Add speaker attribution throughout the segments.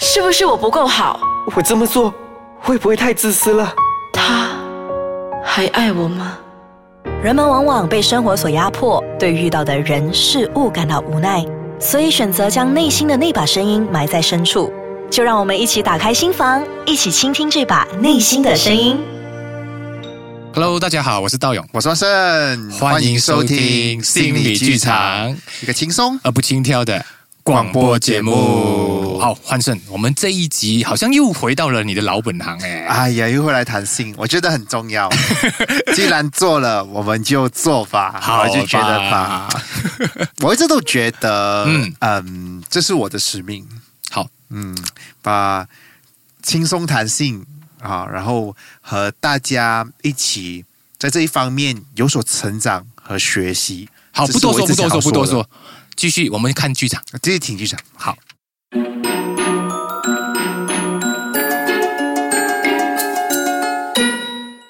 Speaker 1: 是不是我不够好？
Speaker 2: 我这么做会不会太自私了？
Speaker 1: 他还爱我吗？
Speaker 3: 人们往往被生活所压迫，对遇到的人事物感到无奈，所以选择将内心的那把声音埋在深处。就让我们一起打开心房，一起倾听这把内心的声音。
Speaker 4: Hello，大家好，我是道勇，
Speaker 5: 我是万胜，
Speaker 4: 欢迎收听心理剧场，
Speaker 5: 一个轻松
Speaker 4: 而不轻佻的广播节目。好，欢胜，我们这一集好像又回到了你的老本行哎、
Speaker 5: 哎呀，又回来谈性，我觉得很 重要。既然做了，我们就做吧。
Speaker 4: 好吧
Speaker 5: 我就觉得吧，我一直都觉得，
Speaker 4: 嗯
Speaker 5: 嗯这是我的使命。
Speaker 4: 好，
Speaker 5: 嗯，把轻松谈性啊，然后和大家一起在这一方面有所成长和学习。
Speaker 4: 好，
Speaker 5: 这
Speaker 4: 不
Speaker 5: 是
Speaker 4: 多
Speaker 5: 我
Speaker 4: 说，
Speaker 5: 一直
Speaker 4: 不多说，
Speaker 5: 想要
Speaker 4: 不多
Speaker 5: 说
Speaker 4: 说，继续，我们看剧场。
Speaker 5: 的，这是挺剧场。
Speaker 4: 好，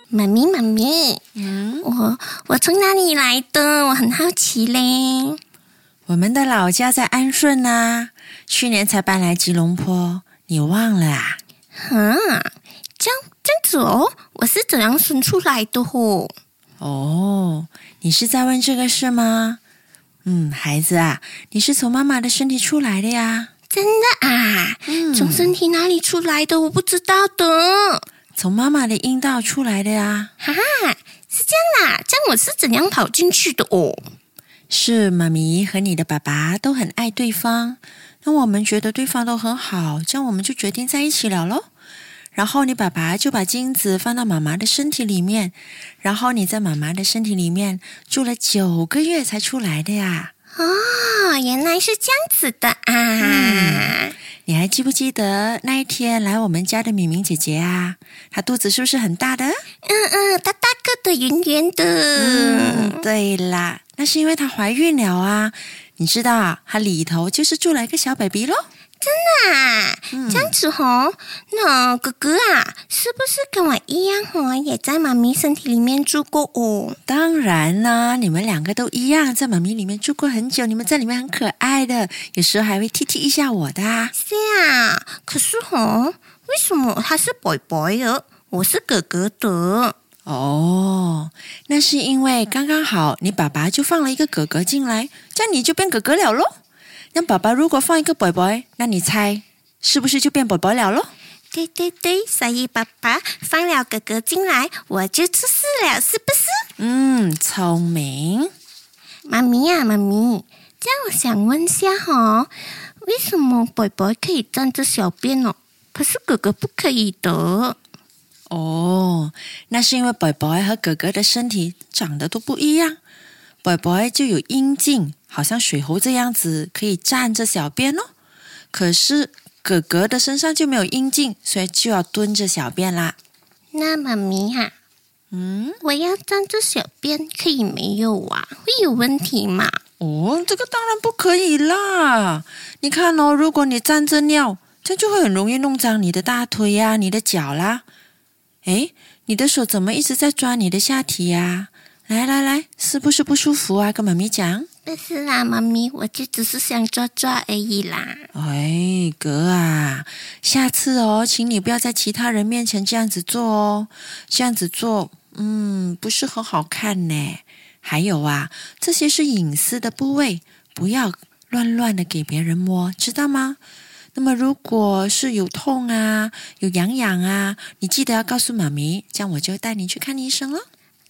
Speaker 6: 妈咪，妈咪，我我从哪里来的？我很好奇嘞。
Speaker 7: 我们的老家在安顺啊，去年才搬来吉隆坡，你忘了啊？
Speaker 6: 啊，这样这样子哦，我是怎样生出来的哦？
Speaker 7: 哦，你是在问这个事吗？嗯，孩子啊，你是从妈妈的身体出来的呀，
Speaker 6: 真的啊，从身体哪里出来的？我不知道的。
Speaker 7: 从妈妈的阴道出来的呀，
Speaker 6: 哈、哈，是这样啦。啊这样我是怎样跑进去的哦？
Speaker 7: 是妈咪和你的爸爸都很爱对方，那我们觉得对方都很好，这样我们就决定在一起了喽。然后你爸爸就把精子放到妈妈的身体里面，然后你在妈妈的身体里面住了九个月才出来的呀。
Speaker 6: 哦，原来是这样子的啊。嗯
Speaker 7: 你还记不记得那一天来我们家的敏敏姐姐啊？她肚子是不是很大的？
Speaker 6: 嗯嗯，大大个的，圆圆的。
Speaker 7: 嗯，对啦，那是因为她怀孕了啊。你知道啊，她里头就是住了一个小 baby 咯。
Speaker 6: 啊，这样子哦，那哥哥啊，是不是跟我一样哦，也在妈咪身体里面住过哦？
Speaker 7: 当然啦，你们两个都一样，在妈咪里面住过很久，你们在里面很可爱的，有时候还会踢踢一下我的、啊。
Speaker 6: 是啊，可是哦，为什么他是 boy boy 的，我是哥哥的？
Speaker 7: 哦，那是因为刚刚好，你爸爸就放了一个哥哥进来，这样你就变哥哥了咯。那爸爸如果放一个 boy boy，那你猜是不是就变 boy boy 了咯？
Speaker 6: 对对对，所以爸爸放了哥哥进来，我就出事了，是不是？
Speaker 7: 嗯，聪明。
Speaker 6: 妈咪啊，妈咪，这样我想问下哈、哦，为什么 boy boy 可以站着小便哦，可是哥哥不可以的？
Speaker 7: 哦，那是因为 boy boy 和哥哥的身体长得都不一样，boy boy 就有阴茎，好像水猴这样子可以站着小便哦。可是哥哥的身上就没有阴茎，所以就要蹲着小便啦。
Speaker 6: 那妈咪哈、
Speaker 7: 嗯。
Speaker 6: 我要站着小便可以没有啊？会有问题吗？
Speaker 7: 哦，这个当然不可以啦！你看哦，如果你站着尿，这样就会很容易弄脏你的大腿呀、你的脚啦。诶，你的手怎么一直在抓你的下体呀、来来来，是不是不舒服啊？跟妈咪讲。
Speaker 6: 不是啦，妈咪，我就只是想抓抓而已啦。
Speaker 7: 哎，哥啊，下次哦，请你不要在其他人面前这样子做哦，这样子做，嗯，不是很好看呢。还有啊，这些是隐私的部位，不要乱乱的给别人摸，知道吗？那么如果是有痛啊、有痒痒啊，你记得要告诉妈咪，这样我就带你去看医生了。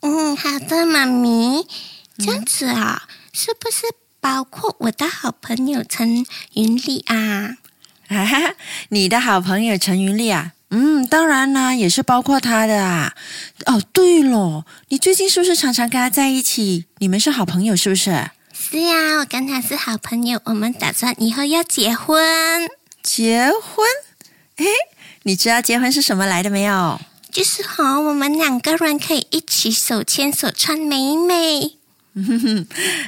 Speaker 6: 嗯，好的，妈咪。这样子啊，是不是包括我的好朋友陈云丽啊？
Speaker 7: 哈哈， 你的好朋友陈云丽啊，嗯，当然啦，也是包括他的啊。哦，对了，你最近是不是常常跟他在一起？你们是好朋友是不是？
Speaker 6: 是啊，我跟她是好朋友，我们打算以后要结婚，
Speaker 7: 结婚？诶，你知道结婚是什么来的没有？
Speaker 6: 就是和、我们两个人可以一起手牵手穿美美。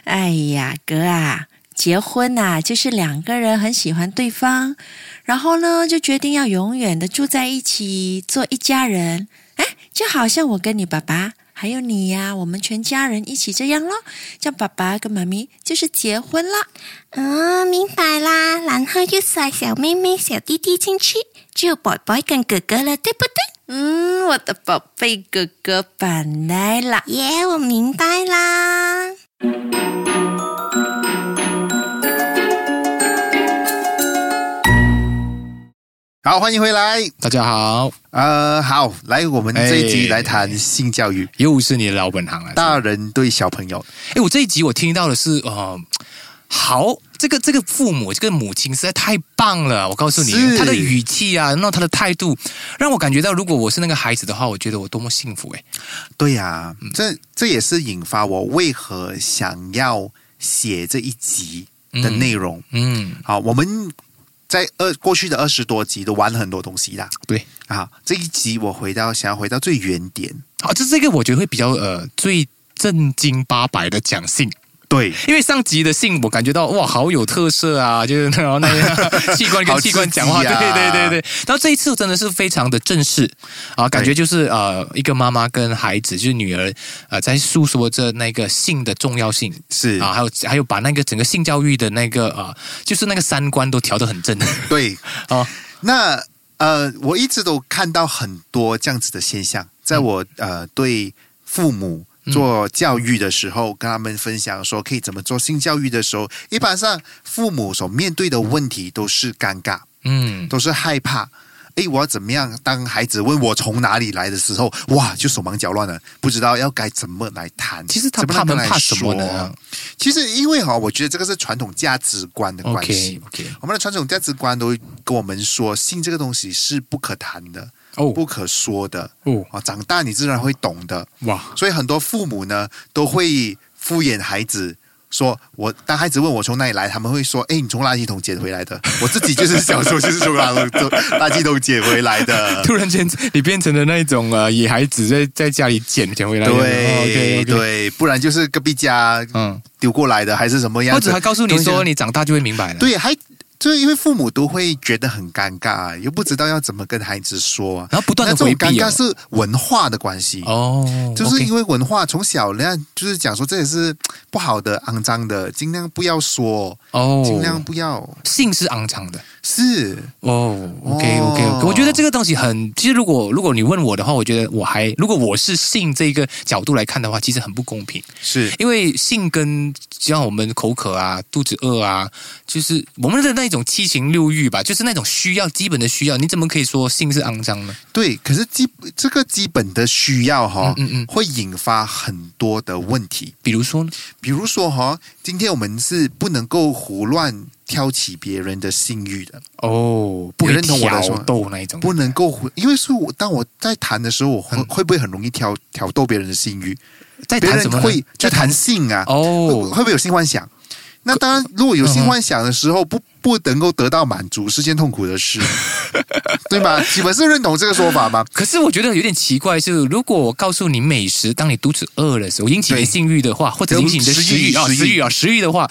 Speaker 7: 哎呀，哥啊，结婚呐、就是两个人很喜欢对方，然后呢，就决定要永远的住在一起，做一家人。哎，就好像我跟你爸爸还还有你呀、我们全家人一起这样咯，这样爸爸跟妈咪就是结婚啦。
Speaker 6: 哦，明白啦。然后就塞小妹妹、小弟弟进去，只有宝宝跟哥哥了，对不对？
Speaker 7: 嗯，我的宝贝哥哥板来啦。
Speaker 6: 耶、我明白啦。
Speaker 5: 好，欢迎回来。
Speaker 4: 大家好，
Speaker 5: 呃，好，来，我们这一集
Speaker 4: 哎
Speaker 5: 来谈性教育，
Speaker 4: 又是你的老本行了。
Speaker 5: 大人对小朋友。
Speaker 4: 哎，我这一集我听到的是，呃，好，这个这个父母，这个母亲实在太棒了。我告诉
Speaker 5: 是
Speaker 4: 你，她的语气啊，然后她的态度，让我感觉到，如果我是那个孩子的话，我觉得我多么幸福哎。
Speaker 5: 对呀、
Speaker 4: 嗯
Speaker 5: 这这也是引发我为何想要写这一集的内容。
Speaker 4: 嗯，
Speaker 5: 好，我们在二过去的二十多集都玩了很多东西啦。
Speaker 4: 对，
Speaker 5: 啊，这一集我回到想要回到最原点。
Speaker 4: 好，这这个我觉得会比较呃最正经八百的讲性。
Speaker 5: 对，
Speaker 4: 因为上集的信我感觉到哇，好有特色啊，就是然后那 样器官跟器官讲话，
Speaker 5: 好刺激啊
Speaker 4: 对对对对。然后这一次真的是非常的正式啊，感觉就是呃，一个妈妈跟孩子，就是女儿呃，在诉说着那个性的重要性
Speaker 5: 是
Speaker 4: 啊，还有还有把那个整个性教育的那个啊、呃就是那个三观都调得很正
Speaker 5: 对，
Speaker 4: 哦
Speaker 5: 那呃，我一直都看到很多这样子的现象，在我、
Speaker 4: 嗯
Speaker 5: 呃对父母做教育的时候，跟他们分享说可以怎么做性教育的时候，一般上父母所面对的问题都是尴尬，
Speaker 4: 嗯，
Speaker 5: 都是害怕。诶，我要怎么样？当孩子问我从哪里来的时候，哇，就手忙脚乱了，不知道要该怎么来谈。
Speaker 4: 其实他
Speaker 5: 怎么来
Speaker 4: 他们
Speaker 5: 跟
Speaker 4: 怕什么
Speaker 5: 说
Speaker 4: 呢？
Speaker 5: 其实因为哈、我觉得这个是传统价值观的关系。
Speaker 4: ？OK OK，
Speaker 5: 我们的传统价值观都跟我们说，性这个东西是不可谈的、不
Speaker 4: 哦
Speaker 5: 可说的
Speaker 4: 哦，
Speaker 5: 啊。长大你自然会懂的，
Speaker 4: 哇，
Speaker 5: 所以很多父母呢都会敷衍孩子。说我当孩子问我从哪里来，他们会说：“哎，你从垃圾桶捡回来的。” 我自己就是小时候就是从垃圾桶垃圾桶捡回来的。
Speaker 4: 突然间你变成了那种呃野孩子在在家里捡捡回来的，哦
Speaker 5: 对、
Speaker 4: o k OK，
Speaker 5: 对，不然就是隔壁家
Speaker 4: 嗯。
Speaker 5: 丢过来的，还是什么样
Speaker 4: 或
Speaker 5: 子？
Speaker 4: 者还告诉你
Speaker 5: 东西
Speaker 4: 说，你长大就会明白了。，
Speaker 5: 对，还就是因为父母都会觉得很尴尬、啊，又不知道要怎么跟孩子说、啊。
Speaker 4: 然后不断
Speaker 5: 那
Speaker 4: 的
Speaker 5: 这种
Speaker 4: 回
Speaker 5: 尴
Speaker 4: 避哦
Speaker 5: 尬是文化的关系，
Speaker 4: 哦，
Speaker 5: 就是因
Speaker 4: 为
Speaker 5: 为文化从小人家就是讲说这也是不好的、肮脏的，尽量不要说，
Speaker 4: 哦，
Speaker 5: 尽量不要
Speaker 4: 性是肮脏的。
Speaker 5: 是
Speaker 4: 哦，OK OK，我觉得这个东西很，其实如果如果你问我的话，我觉得我还如果我是性这个角度来看的话，其实很不公平，
Speaker 5: 是
Speaker 4: 因为性跟像我们口渴啊、肚子饿啊，就是我们的那种七情六欲吧，就是那种需要基本的需要，你怎么可以说性是肮脏呢？
Speaker 5: 对。可是基这个基本的需要哈、
Speaker 4: 嗯嗯嗯
Speaker 5: 会引发很多的问题，
Speaker 4: 比如说呢？
Speaker 5: 比如说哈、今天我们是不能够胡乱挑起别人的性欲的。
Speaker 4: 哦，不
Speaker 5: 你
Speaker 4: 能
Speaker 5: 认同我的说
Speaker 4: 挑逗那一种，
Speaker 5: 不能够回，因为是我当我在谈的时候，我会、
Speaker 4: 嗯
Speaker 5: 会不会很容易挑挑逗别人的性欲？
Speaker 4: 在
Speaker 5: 别
Speaker 4: 谈
Speaker 5: 人
Speaker 4: 什么呢？
Speaker 5: 会
Speaker 4: 在
Speaker 5: 就谈性啊，会
Speaker 4: 哦，
Speaker 5: 会不会有性幻想？那当然，如果有性幻想的时候，
Speaker 4: 嗯
Speaker 5: 不不能够得到满足是件痛苦的 事，对吧？你们是认同这个说法吗？
Speaker 4: 可是我觉得有点奇怪是，如果我告诉你美食，当你肚子饿的时候引起你
Speaker 5: 对
Speaker 4: 的性欲的话，或者引起你的食欲啊、
Speaker 5: 食欲
Speaker 4: 食欲啊、食欲的话，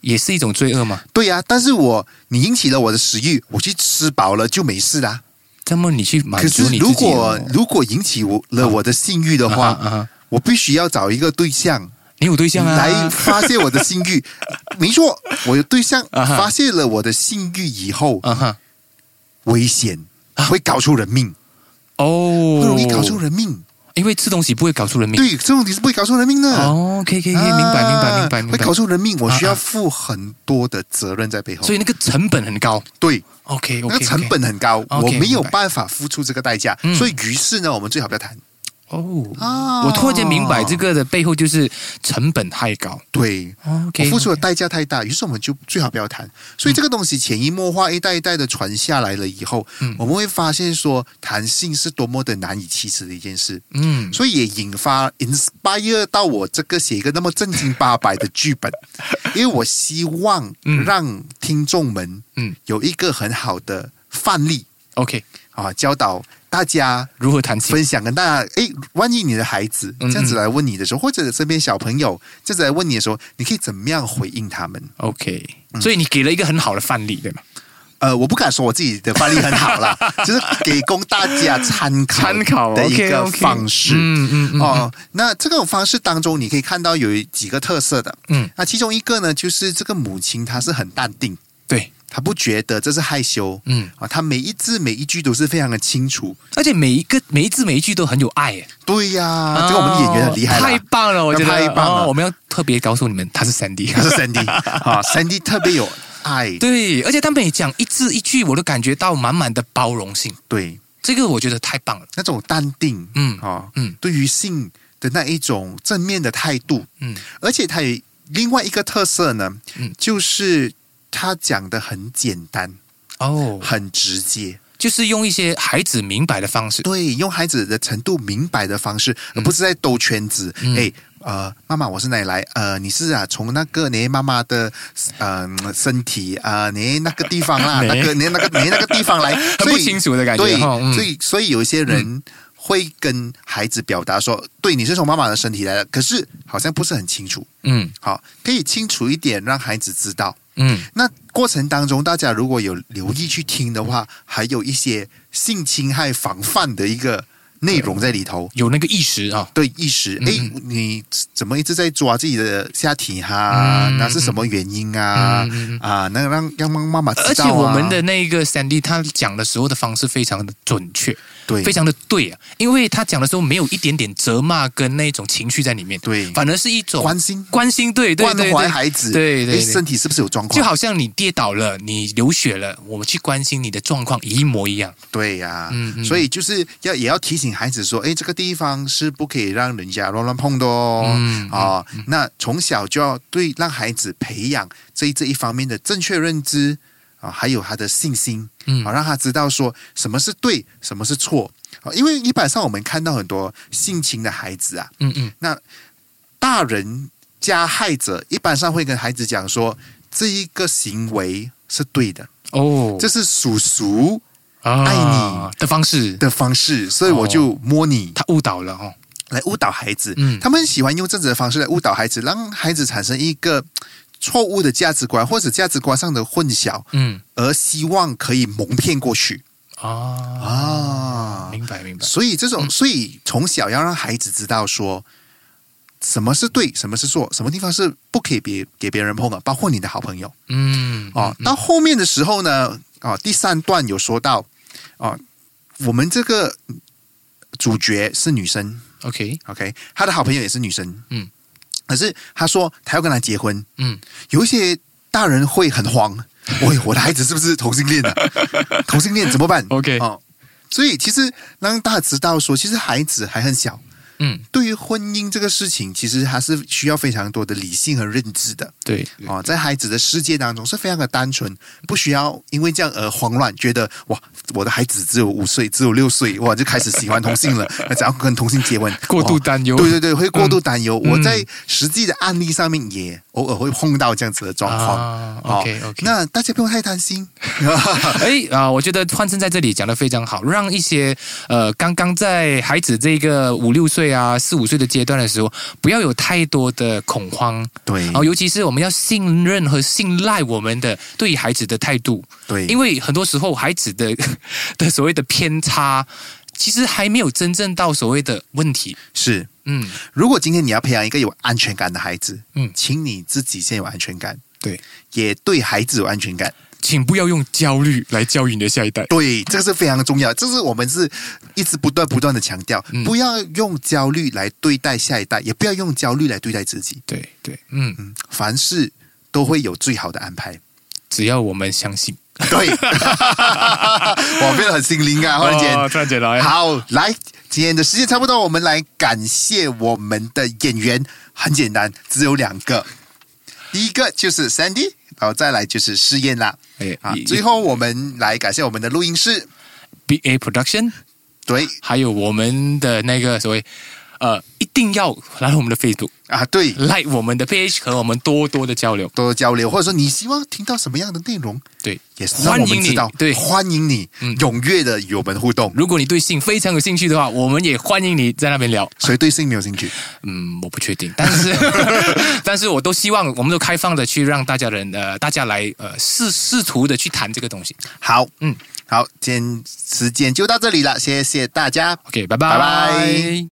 Speaker 4: 也是一种罪恶吗？
Speaker 5: 对呀、但是我你引起了我的食欲，我去吃饱了就没事啦。
Speaker 4: 那么你去满
Speaker 5: 可是
Speaker 4: 足你自己哦，啊
Speaker 5: 如果如果引起我了我的性欲的话，
Speaker 4: 啊哈啊哈
Speaker 5: 我必须要找一个对象
Speaker 4: 你有对象啊，
Speaker 5: 来发泄我的性欲。没错，我有对象
Speaker 4: 啊哈
Speaker 5: 发泄了我的性欲以后，
Speaker 4: 啊哈
Speaker 5: 危险会搞出人命，
Speaker 4: 哦，
Speaker 5: 会容易搞出，人命。
Speaker 4: 因为吃东西不会搞出人命。
Speaker 5: 对，这种你是不会搞出人命的。
Speaker 4: 哦，可以可以可以，
Speaker 5: 啊
Speaker 4: 明白明白明白明
Speaker 5: 会
Speaker 4: 白
Speaker 5: 搞。出人命，我需
Speaker 4: 啊
Speaker 5: 要
Speaker 4: 啊
Speaker 5: 负很多的责任在背后。
Speaker 4: 所以那个成本很高。
Speaker 5: 对，
Speaker 4: OK
Speaker 5: 那
Speaker 4: OK，
Speaker 5: 个成本很高，
Speaker 4: OK，
Speaker 5: 我没有
Speaker 4: 明白
Speaker 5: 办法付出这个代价。
Speaker 4: 嗯
Speaker 5: 所以，于是呢，我们最好不要谈。
Speaker 4: 哦。
Speaker 5: 哦
Speaker 4: 我突然间明白这个的背后就是成本太高。
Speaker 5: 对，我
Speaker 4: OK，
Speaker 5: 付出的代价太大，于是我们就最好不要谈。所以这个东西潜移默化一代一代的传下来了以后，
Speaker 4: 嗯
Speaker 5: 我们会发现说弹性是多么的难以启齿的一件事。
Speaker 4: 嗯，
Speaker 5: 所以也引发 inspire 到我这个写一个那么正经八百的剧 本，因为我希望
Speaker 4: 嗯
Speaker 5: 让听众们
Speaker 4: 嗯
Speaker 5: 有一个很好的范例
Speaker 4: OK，
Speaker 5: 啊，教导大家
Speaker 4: 如何谈情？
Speaker 5: 分享跟大家，诶，万一你的孩子
Speaker 4: 嗯
Speaker 5: 这样子来问你的时候，或者身边小朋友这样子来问你的时候，你可以怎么样回应他们？嗯
Speaker 4: OK，、所以你给了一个很好的范例，对吗？
Speaker 5: 呃，我不敢说我自己的发力很 好啦，就是给供大家参考啊
Speaker 4: 参 考
Speaker 5: 的一个
Speaker 4: OK，OK
Speaker 5: 方式。
Speaker 4: 嗯嗯嗯
Speaker 5: 哦，那这种方式当中，你可以看到有几个特色的。
Speaker 4: 嗯，
Speaker 5: 那其中一个呢，就是这个母亲她是很淡定，
Speaker 4: 对，
Speaker 5: 她不觉得这是害羞。
Speaker 4: 嗯
Speaker 5: 啊，她每一字每一句都是非常的清楚。
Speaker 4: 而且每一个每一字每一句都很有爱耶。
Speaker 5: 对呀、啊这个我们演员很厉害
Speaker 4: 啊
Speaker 5: 啦
Speaker 4: 哦太棒了，我觉得
Speaker 5: 太棒了
Speaker 4: 哦我们要特别告诉你们，他是三 D
Speaker 5: 她。是 Sandy 啊，Sandy 特别有爱。
Speaker 4: 对，而且他每讲一字一句，我都感觉到满满的包容性，
Speaker 5: 对，
Speaker 4: 这个我觉得太棒了。
Speaker 5: 那种淡定，
Speaker 4: 嗯
Speaker 5: 啊，
Speaker 4: 嗯
Speaker 5: 对于性的那一种正面的态度，
Speaker 4: 嗯，
Speaker 5: 而且它有另外一个特色呢，
Speaker 4: 嗯
Speaker 5: 就是它讲的很简单，
Speaker 4: 哦，
Speaker 5: 很直接，
Speaker 4: 就是用一些孩子明白的方式。
Speaker 5: 对，用孩子的程度明白的方式，而不是在兜圈子，
Speaker 4: 嗯
Speaker 5: 哎、呃，妈妈，我是哪里来？呃，你是啊，从那个你妈妈的呃身体啊，你、那个地方啦，
Speaker 4: 哪
Speaker 5: 那个你那个你那个地方来，
Speaker 4: 很
Speaker 5: 所
Speaker 4: 不
Speaker 5: 以
Speaker 4: 清楚的感觉
Speaker 5: 对，
Speaker 4: 哈嗯
Speaker 5: 所以所以有一些人会跟孩子表达说，对，你是从妈妈的身体来的，可是好像不是很清楚。
Speaker 4: 嗯
Speaker 5: 好，可以清楚一点，让孩子知道。
Speaker 4: 嗯，
Speaker 5: 那过程当中，大家如果有留意去听的话，还有一些性侵害防范的一个内容在里头。
Speaker 4: 有那个意识啊、
Speaker 5: 对意识，哎、你怎么一直在抓自己的下体哈、
Speaker 4: 嗯
Speaker 5: 那是什么原因啊？啊，那让让妈妈知
Speaker 4: 而且
Speaker 5: 道、啊。
Speaker 4: 我们的那个 Sandy 他讲的时候的方式非常的准确，
Speaker 5: 对
Speaker 4: 非常的对啊，因为他讲的时候没有一点点责骂跟那种情绪在里面，
Speaker 5: 对
Speaker 4: 反而是一种
Speaker 5: 关心
Speaker 4: 关心，对对
Speaker 5: 关
Speaker 4: 对，
Speaker 5: 怀
Speaker 4: 对
Speaker 5: 孩子，
Speaker 4: 对对
Speaker 5: 哎
Speaker 4: 对
Speaker 5: 身体是不是有状况？
Speaker 4: 就好像你跌倒了，你流血了，我们去关心你的状况一模一样。
Speaker 5: 对呀、
Speaker 4: 嗯嗯
Speaker 5: 所以就是要也要提醒孩子说，哎，这个地方是不可以让人家乱乱碰的哦。啊、
Speaker 4: 嗯
Speaker 5: 那从小就要对让孩子培养这一这一方面的正确认知啊，还有他的信心，
Speaker 4: 嗯
Speaker 5: 啊，让他知道说什么是对，什么是错。啊，因为一般上我们看到很多性侵的孩子啊，
Speaker 4: 嗯嗯，
Speaker 5: 那大人加害者一般上会跟孩子讲说，这一个行为是对的，
Speaker 4: 哦，
Speaker 5: 这是叔叔。
Speaker 4: 啊
Speaker 5: 爱你
Speaker 4: 的方式，
Speaker 5: 的方式，所以
Speaker 4: 哦
Speaker 5: 我就摸你、
Speaker 4: 他误导了哦。
Speaker 5: 来误导孩子。
Speaker 4: 嗯
Speaker 5: 他们喜欢用这样子的方式来误导孩子，让孩子产生一个嘖错误的价值观或者价值观上的混淆，
Speaker 4: 嗯
Speaker 5: 而希望可以蒙骗过去
Speaker 4: 啊，
Speaker 5: 啊。
Speaker 4: 明白明白。
Speaker 5: 所以这种，所以从小要让孩子知道说。什么是对，什么是错，什么地方是不可以别给别人碰的，包括你的好朋友。
Speaker 4: 嗯
Speaker 5: 哦，到后面的时候呢，哦，第三段有说到，哦，我们这个主角是女生
Speaker 4: ，OK，
Speaker 5: ，OK，她的好朋友也是女生，
Speaker 4: 嗯，
Speaker 5: 可是她说她要跟他结婚，
Speaker 4: 嗯，
Speaker 5: 有一些大人会很 慌，喂，我的孩子是不是同性恋的？同性恋怎么办
Speaker 4: OK
Speaker 5: 哦，所以其实让大家知道说，其实孩子还很小。
Speaker 4: 嗯，
Speaker 5: 对于婚姻这个事情，其实他是需要非常多的理性和认知的。
Speaker 4: 对，
Speaker 5: 哦，在孩子的世界当中是非常的单纯，不需要因为这样而慌乱，觉得哇，我的孩子只有五岁，只有六岁，哇，就开始喜欢同性 了，那只要跟同性结婚，
Speaker 4: 过度
Speaker 5: 哇
Speaker 4: 担忧
Speaker 5: 对对对，会过度担忧。
Speaker 4: 嗯
Speaker 5: 我在实际的案例上面也偶尔会碰到这样子的状况。
Speaker 4: 啊
Speaker 5: 哦
Speaker 4: OK，OK
Speaker 5: 那大家不用太担心。
Speaker 4: 哎啊、我觉得换成在这里讲的非常好，让一些呃刚刚在孩子这个五六岁啊、四五岁的阶段的时候，不要有太多的恐慌。
Speaker 5: 对
Speaker 4: 然后，尤其是我们要信任和信赖我们的对孩子的态度，
Speaker 5: 对，
Speaker 4: 因
Speaker 5: 为
Speaker 4: 为很多时候孩子的 的所谓的偏差，其实还没有真正到所谓的问题。
Speaker 5: 是
Speaker 4: 嗯，
Speaker 5: 如果今天你要培养一个有安全感的孩子，
Speaker 4: 嗯
Speaker 5: 请你自己先有安全感，
Speaker 4: 对，
Speaker 5: 也对孩子有安全感。
Speaker 4: 请不要用焦虑来教育你的下一代。
Speaker 5: 对，这个是非常重要，这是我们是一直不断不断的强调，
Speaker 4: 嗯
Speaker 5: 不要用焦虑来对待下一代，也不要用焦虑来对待自己。
Speaker 4: 对对，嗯，
Speaker 5: 嗯，凡事都会有最好的安排。
Speaker 4: 只要我们相信。
Speaker 5: 对，我变得很心灵啊，忽然间。
Speaker 4: 哦突然间来，
Speaker 5: 好，来，今天的时间差不多，我们来感谢我们的演员。很简单，只有两个，第一个就是 Sandy，然后再来就是试验啦。
Speaker 4: 哎
Speaker 5: 啊
Speaker 4: 一，
Speaker 5: 最后我们来感谢我们的录音室。
Speaker 4: B A Production，
Speaker 5: 对，
Speaker 4: 还有我们的那个所谓呃，一定要来我们的 Facebook
Speaker 5: 啊，对，
Speaker 4: 来我们的 page 和我们多多的交流。
Speaker 5: 多多交流，或者说你希望听到什么样的内容，
Speaker 4: 对，
Speaker 5: 也是让
Speaker 4: 欢
Speaker 5: 我
Speaker 4: 迎
Speaker 5: 们知
Speaker 4: 你
Speaker 5: 道，，
Speaker 4: 对。
Speaker 5: 欢迎你
Speaker 4: 嗯
Speaker 5: 踊跃的与我们互动。
Speaker 4: 如果你对性非常有兴趣的话，我们也欢迎你在那边聊。
Speaker 5: 谁对性没有兴趣？
Speaker 4: 嗯，我不确定，但 是但是我都希望我们都开放的去让大家人呃，大家来呃试试图的去谈这个东西。
Speaker 5: 好，
Speaker 4: 嗯，
Speaker 5: 好，今天时间就到这里了，谢谢大家，
Speaker 4: OK，
Speaker 5: 拜拜